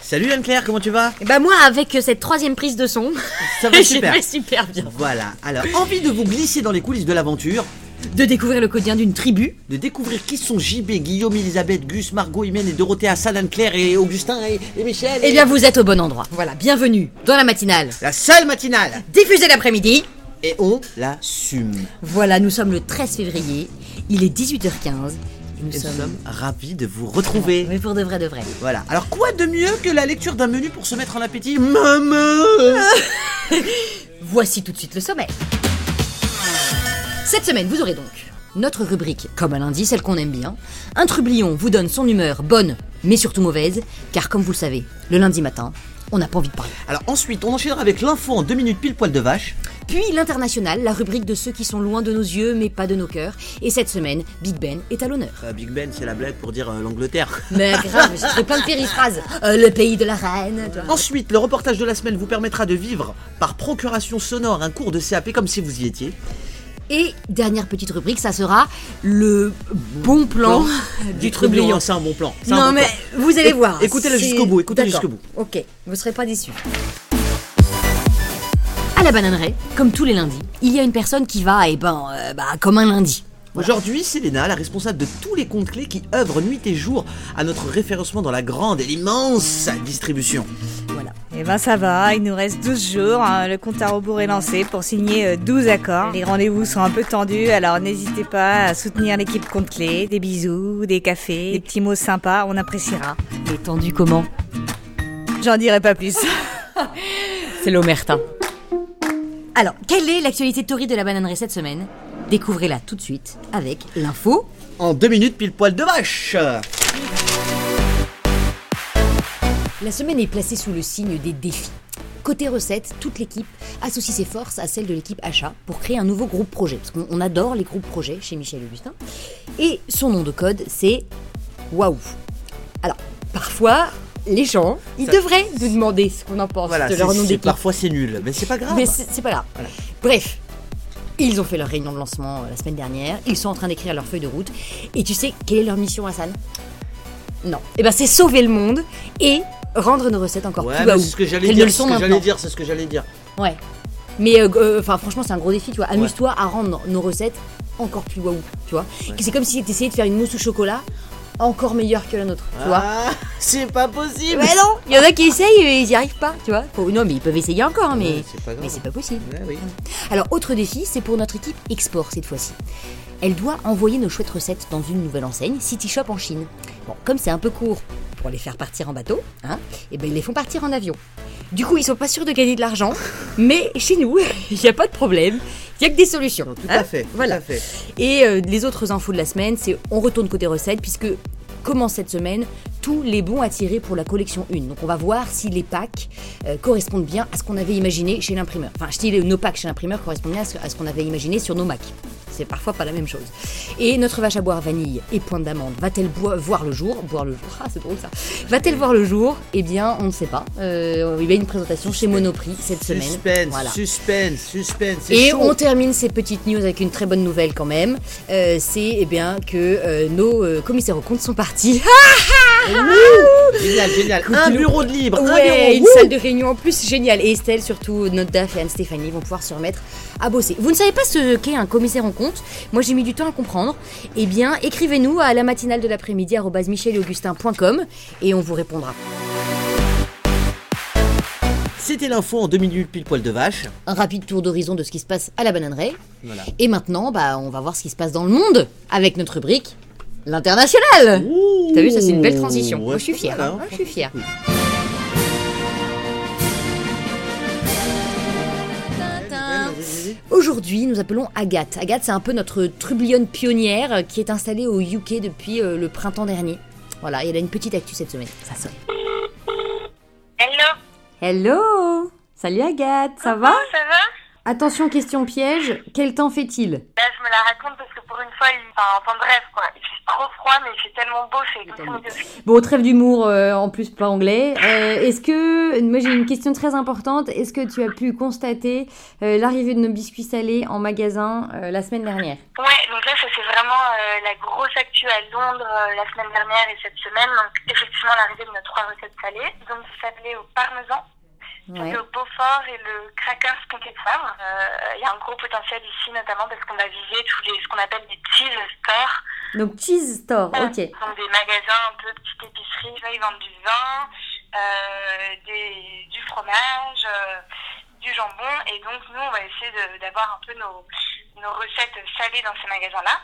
Salut Anne-Claire, comment tu vas Et bah moi, avec euh, cette troisième prise de son, Ça va je super. vais super bien. Voilà, alors envie de vous glisser dans les coulisses de l'aventure, De découvrir le quotidien d'une tribu. de découvrir qui sont JB, Guillaume, Elisabeth, Gus, Margot, Hymène et Dorothée, Hassan, Anne-Claire et Augustin et, et Michel. Eh bien, vous êtes au bon endroit. Voilà, bienvenue dans la matinale. La salle matinale Diffusée l'après-midi. Et on l'assume. Voilà, nous sommes le 13 février. Il est 18h15. Et nous Et nous sommes... sommes ravis de vous retrouver. Mais pour de vrai, de vrai. Voilà. Alors quoi de mieux que la lecture d'un menu pour se mettre en appétit Maman Voici tout de suite le sommaire. Cette semaine, vous aurez donc notre rubrique, comme à lundi, celle qu'on aime bien. Un trublion vous donne son humeur bonne, mais surtout mauvaise, car comme vous le savez, le lundi matin, on n'a pas envie de parler. Alors ensuite, on enchaînera avec l'info en deux minutes pile poil de vache. Puis l'international, la rubrique de ceux qui sont loin de nos yeux mais pas de nos cœurs. Et cette semaine, Big Ben est à l'honneur. Euh, Big Ben, c'est la blague pour dire euh, l'Angleterre. Mais grave, j'ai trouvé plein de périphrases. Euh, le pays de la reine. tu vois. Ensuite, le reportage de la semaine vous permettra de vivre par procuration sonore un cours de CAP comme si vous y étiez. Et dernière petite rubrique, ça sera le bon plan Oh, du trublion. C'est un bon plan. c'est un Non bon mais plan. vous allez Éc- voir. écoutez-le c'est- jusqu'au bout, écoutez-le D'accord. jusqu'au bout. Ok, vous serez pas déçus. À la bananeraie, comme tous les lundis, il y a une personne qui va, et ben, euh, bah, comme un lundi. Aujourd'hui, c'est Léna, la responsable de tous les comptes clés qui œuvrent nuit et jour à notre référencement dans la grande et l'immense distribution. Voilà. Eh ben ça va, il nous reste 12 jours, hein, le compte à rebours est lancé pour signer euh, 12 accords. Les rendez-vous sont un peu tendus, alors n'hésitez pas à soutenir l'équipe compte clé, des bisous, des cafés, des petits mots sympas, on appréciera. Et tendu comment J'en dirai pas plus. C'est l'omerta. Alors, quelle est l'actualité torride de la bananerie cette semaine Découvrez-la tout de suite avec l'info. En deux minutes pile poil de vache La semaine est placée sous le signe des défis. Côté recettes, toute l'équipe associe ses forces à celles de l'équipe achat pour créer un nouveau groupe projet. Parce qu'on on adore les groupes projets chez Michel Augustin. Et son nom de code, c'est Waouh. Alors, parfois, les gens, ils devraient nous demander ce qu'on en pense Voilà, de c'est- leur nom c'est- d'équipe. parfois c'est nul, mais c'est pas grave. Mais c'est c'est pas grave. Bref, ils ont fait leur réunion de lancement euh, la semaine dernière. Ils sont en train d'écrire leur feuille de route. Et tu sais quelle est leur mission, Hassan Non. Eh ben, c'est sauver le monde et rendre nos recettes encore Ouais, plus mais waouh. c'est ce que j'allais Qu'elles dire, ne le c'est sont ce que j'allais maintenant. dire, c'est ce que j'allais dire. Ouais. Mais euh, euh, enfin, franchement, c'est un gros défi, tu vois. Amuse-toi à rendre nos recettes encore plus waouh, tu vois. C'est comme si tu essayais de faire une mousse au chocolat encore meilleure que la nôtre, tu vois. Ah, c'est pas possible. Mais non, il y en a qui essayent et ils n'y arrivent pas, tu vois. Faut- Non, mais ils peuvent essayer encore, mais Ouais, c'est pas grave. mais c'est pas possible. Ouais, oui. Alors, autre défi, c'est pour notre équipe export cette fois-ci. Elle doit envoyer nos chouettes recettes dans une nouvelle enseigne, City Shop en Chine. Bon, comme c'est un peu court pour les faire partir en bateau, hein, et ben ils les font partir en avion. Du coup, ils sont pas sûrs de gagner de l'argent, mais chez nous, il n'y a pas de problème, il n'y a que des solutions. Non, tout hein. à fait. tout Voilà. à fait. Et euh, les autres infos de la semaine, c'est on retourne côté recettes puisque commence cette semaine tous les bons à tirer pour la collection 1. Donc on va voir si les packs euh, correspondent bien à ce qu'on avait imaginé chez l'imprimeur. Enfin, si les- nos packs chez l'imprimeur correspondent bien à ce à ce qu'on avait imaginé sur nos Macs. C'est parfois pas la même chose. Et notre vache à boire vanille et pointe d'amande va-t-elle boi- voir le jour Boire le jour, ah, c'est drôle ça. Va-t-elle voir le jour Eh bien, on ne sait pas. Euh, il y a une présentation chez Monoprix cette semaine. Suspense, Voilà. suspense, suspense. c'est Et chaud. on termine ces petites news avec une très bonne nouvelle quand même. Euh, c'est eh bien que euh, nos euh, commissaires aux comptes sont partis. Génial, génial. Un bureau de libre, un bureau. ouais, une Wouh salle de réunion en plus géniale. Et Estelle, surtout notre DAF et Anne-Stéphanie vont pouvoir se remettre à bosser. Vous ne savez pas ce qu'est un commissaire en compte Moi j'ai mis du temps à comprendre. Eh bien, écrivez-nous à la matinale de l'après-midi arobase michelaugustin.com et on vous répondra. C'était l'info en deux minutes pile poil de vache. Un rapide tour d'horizon de ce qui se passe à la bananeraie. Voilà. Et maintenant, bah, on va voir ce qui se passe dans le monde avec notre rubrique l'international. T'as vu, ça c'est une belle transition. Ouais, Moi, je suis c'est fière. pas mal, hein. hein. Moi, je suis fière. Ah, Tintin. Aujourd'hui, nous appelons Agathe. Agathe, c'est un peu notre trublionne pionnière euh, qui est installée au UK depuis euh, le printemps dernier. Voilà, et elle a une petite actu cette semaine. Ça sonne. Hello, Hello Salut Agathe, ça va ça va Attention, question piège, quel temps fait-il Ben, Là, je me la raconte parce que pour une fois, il... enfin, en temps de rêve, quoi. Il fait trop froid, mais c'est tellement beau, c'est magnifique. Bon, trêve d'humour, euh, en plus pas anglais. Euh, Est-ce que, moi j'ai une question très importante, est-ce que tu as pu constater euh, l'arrivée de nos biscuits salés en magasin euh, la semaine dernière Ouais, donc là, ça c'est vraiment euh, la grosse actu à Londres euh, la semaine dernière et cette semaine. Donc effectivement, l'arrivée de nos trois recettes salées. Donc ça s'appelait au parmesan, Ouais. le Beaufort et le Cracker Skunky Farm. Euh, Il y a un gros potentiel ici, notamment parce qu'on va viser tous les, ce qu'on appelle des petits stores. Donc Cheese Store, Ah. ok. Donc des magasins un peu petite épicerie, là ils vendent du vin, euh, des, du fromage, euh, du jambon. Et donc nous on va essayer de- d'avoir un peu nos, nos recettes salées dans ces magasins-là.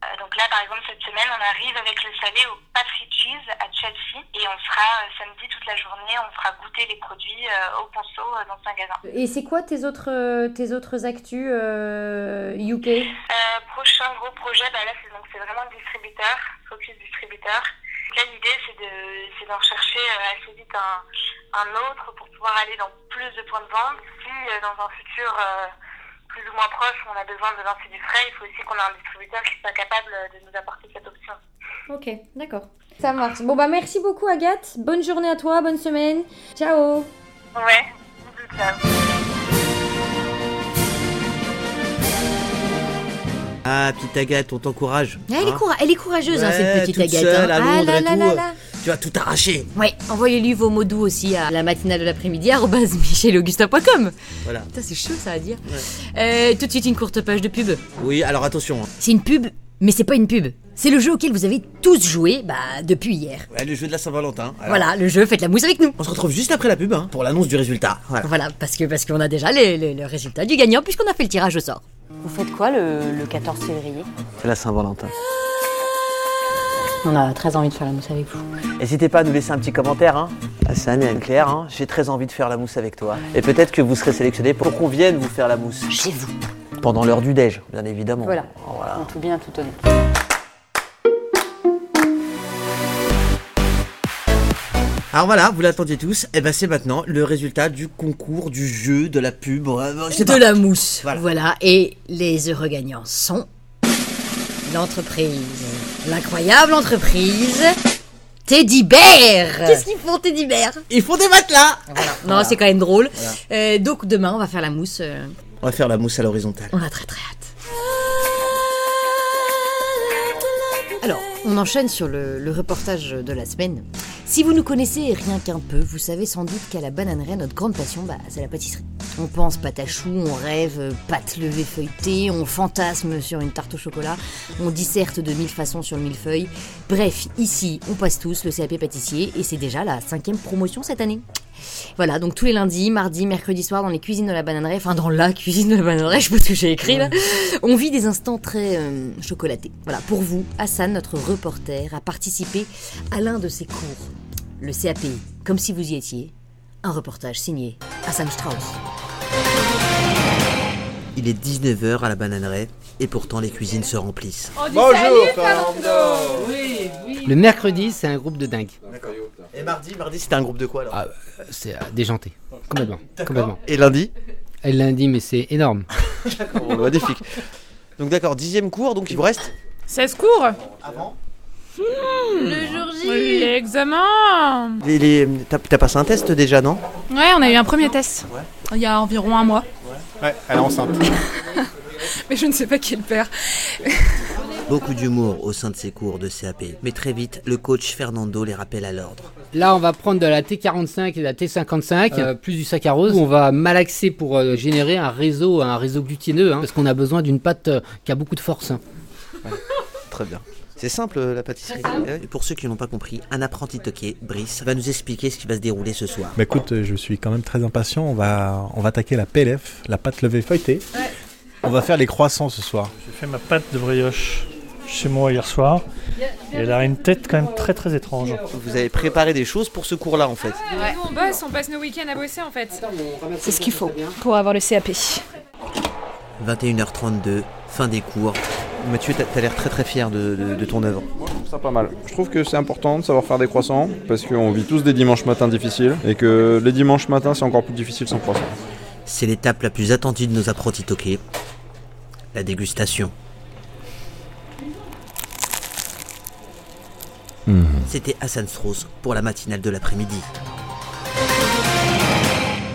Euh, donc là par exemple cette semaine on arrive avec le salé au Pastry Cheese à Chelsea et on sera euh, samedi toute la journée, on fera goûter les produits euh, au conso euh, dans ce magasin. Et c'est quoi tes autres, euh, tes autres actus euh, UK Euh, prochain gros projet, bah là, c'est donc c'est vraiment le distributeur, focus distributeur. Là, l'idée, c'est de, c'est d'en chercher euh, assez vite un, un autre pour pouvoir aller dans plus de points de vente. Si euh, dans un futur euh, plus ou moins proche, on a besoin de lancer du frais, il faut aussi qu'on ait un distributeur qui soit capable euh, de nous apporter cette option. Ok, d'accord. Ça marche. Bon bah merci beaucoup Agathe. Bonne journée à toi, bonne semaine. Ciao Ouais, bisous, ciao. Ah, petite Agathe, on t'encourage. Ah, elle, est hein. coura- elle est courageuse, hein, Ouais, cette petite toute Agathe. seule hein. à ah Londres là et là tout, là euh, là. Tu vas tout arracher. Ouais, envoyez-lui vos mots doux aussi à la matinale de l'après-midi, arobase michelaugusta.com. Voilà. Putain, c'est chaud ça à dire. Euh, tout de suite, une courte page de pub. Oui, alors attention. hein. C'est une pub, mais c'est pas une pub. C'est le jeu auquel vous avez tous joué, bah, depuis hier. Ouais, le jeu de la Saint-Valentin. Alors, Voilà, le jeu, faites la mousse avec nous. On se retrouve juste après la pub hein, pour l'annonce du résultat. Voilà. Voilà, parce que parce qu'on a déjà les- les- le résultat du gagnant, puisqu'on a fait le tirage au sort. Vous faites quoi le, 14 février C'est la Saint-Valentin. On a très envie de faire la mousse avec vous. N'hésitez pas à nous laisser un petit commentaire. Hein. Ah, c'est Anne et Anne-Claire, hein. j'ai très envie de faire la mousse avec toi. Et peut-être que vous serez sélectionnés pour qu'on vienne vous faire la mousse. Chez vous. Pendant l'heure du déj, bien évidemment. Voilà. Voilà. tout bien, tout honneur. Alors voilà, vous l'attendiez tous. Et ben c'est maintenant le résultat du concours, du jeu, de la pub. euh, je sais De pas. la mousse. Voilà. Voilà. Et les heureux gagnants sont l'entreprise, l'incroyable entreprise Teddy Bear. Qu'est-ce qu'ils font Teddy Bear Ils font des matelas. Non, c'est quand même drôle. Euh, donc demain, on va faire la mousse. euh, On va faire la mousse à l'horizontale. On a très très hâte. Alors, on enchaîne sur le, le reportage de la semaine. Si vous nous connaissez rien qu'un peu, vous savez sans doute qu'à la bananeraie, notre grande passion, bah, c'est la pâtisserie. On pense pâte à choux, on rêve euh, pâte levée feuilletée, on fantasme sur une tarte au chocolat, on disserte de mille façons sur le millefeuille. Bref, ici, on passe tous le CAP pâtissier et c'est déjà la cinquième promotion cette année. Voilà, donc tous les lundis, mardis, mercredi soir, dans les cuisines de la bananeraie, enfin dans la cuisine de la bananeraie, je sais pas ce que j'ai écrit là, on vit des instants très euh, chocolatés. Voilà, pour vous, Hassan, notre reporter, a participé à l'un de ces cours, le CAPI, comme si vous y étiez. Un reportage signé Hassan Strauss. Il est 19h à la bananeraie et pourtant les cuisines se remplissent. Le mercredi, c'est un groupe de dingue. Et mardi, mardi c'était un groupe de quoi alors C'est euh, déjanté. Complètement. complètement. Ah, Et lundi Et le lundi, mais c'est énorme. Magnifique. Donc d'accord, dixième cours, donc il vous reste 16 cours Avant L'examen les, les- T'as t'as passé un test déjà, non Ouais, on a eu un premier test. Il y a environ un mois. Ouais, elle est enceinte. Mais je ne sais pas qui est le père. Beaucoup d'humour au sein de ces cours de CAP. Mais très vite, le coach Fernando les rappelle à l'ordre. Là, on va prendre de la T45 et de la T55, euh, plus du saccharose. On va malaxer pour euh, générer un réseau, un réseau glutineux, hein, parce qu'on a besoin d'une pâte euh, qui a beaucoup de force. hein. Très bien. C'est simple euh, la pâtisserie. Ah, Et pour ceux qui n'ont pas compris, un apprenti toqué, Brice, va nous expliquer ce qui va se dérouler ce soir. Bah écoute, je suis quand même très impatient. On va, on va attaquer la PLF, la pâte levée feuilletée. On va faire les croissants ce soir. J'ai fait ma pâte de brioche chez moi hier soir. Et elle a une tête quand même très très étrange. Vous avez préparé des choses pour ce cours-là en fait. Nous, on bosse, on passe nos week-ends à bosser en fait. 21h32, fin des cours. Mathieu, t'as as, l'air très très fier de, de- de ton œuvre. ça pas mal. Je trouve que c'est important de savoir faire des croissants parce qu'on vit tous des dimanches matins difficiles et que les dimanches matins c'est encore plus difficile sans croissant. C'est l'étape la plus attendue de nos apprentis toqués. La dégustation. Mhm. C'était Hassan Strauss pour la matinale de l'après-midi.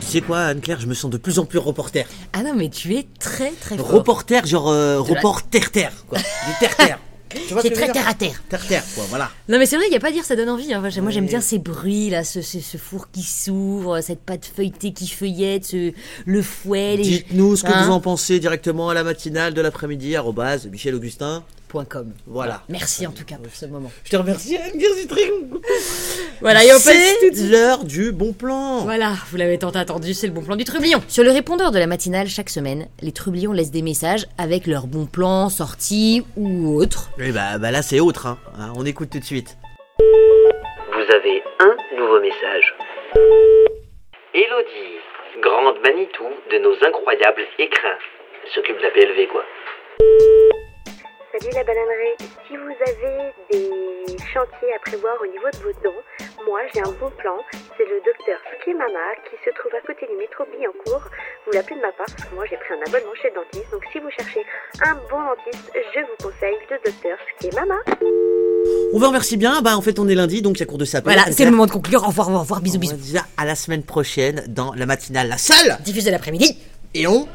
C'est quoi, Anne-Claire Je me sens de plus en plus reporter. Ah non, mais tu es très très fort. Reporter, genre euh, De la- reporter-terre, quoi. Du terre-terre. Tu vois ce que C'est je très veux dire terre à terre. Terre-terre, quoi, voilà. Non mais c'est vrai, il y a pas à dire, ça donne envie. hein. Moi, j'aime- Moi j'aime bien ces bruits là, ce, ce, ce four qui s'ouvre, cette pâte feuilletée qui feuillette, ce, le fouet. Les... Dites-nous ce que Hein vous en pensez directement à la matinale de l'après-midi, arrobase michelaugustin.com. Voilà. Merci en tout cas pour ce moment. Je te remercie, Anne-Claire Zitrine. Voilà, et on passe tout de C'est l'heure du bon plan. Voilà, vous l'avez tant attendu, c'est le bon plan du trublion. Sur le répondeur de la matinale chaque semaine, les trublions laissent des messages avec leurs bons plans, sorties ou autres. Et bah, bah là, c'est autre, hein. Hein, On écoute tout de suite. Vous avez un nouveau message. Elodie, grande Manitou de nos incroyables écrins, s'occupe de la PLV quoi. Salut la bananerie. Si vous avez des chantiers à prévoir au niveau de vos dents, moi j'ai un bon plan. C'est le docteur Skimama qui se trouve à côté du métro Billancourt. Vous l'appelez de ma part parce que moi j'ai pris un abonnement chez le dentiste. Donc si vous cherchez un bon dentiste, je vous conseille le docteur Skimama. On vous remercie bien. Bah, en fait, on est lundi, donc il y a cours de sapin. Voilà, c'est le moment de conclure. Au revoir, au revoir, bisous, bisous. On va dire à la semaine prochaine dans la matinale, la seule diffusée l'après-midi. Et on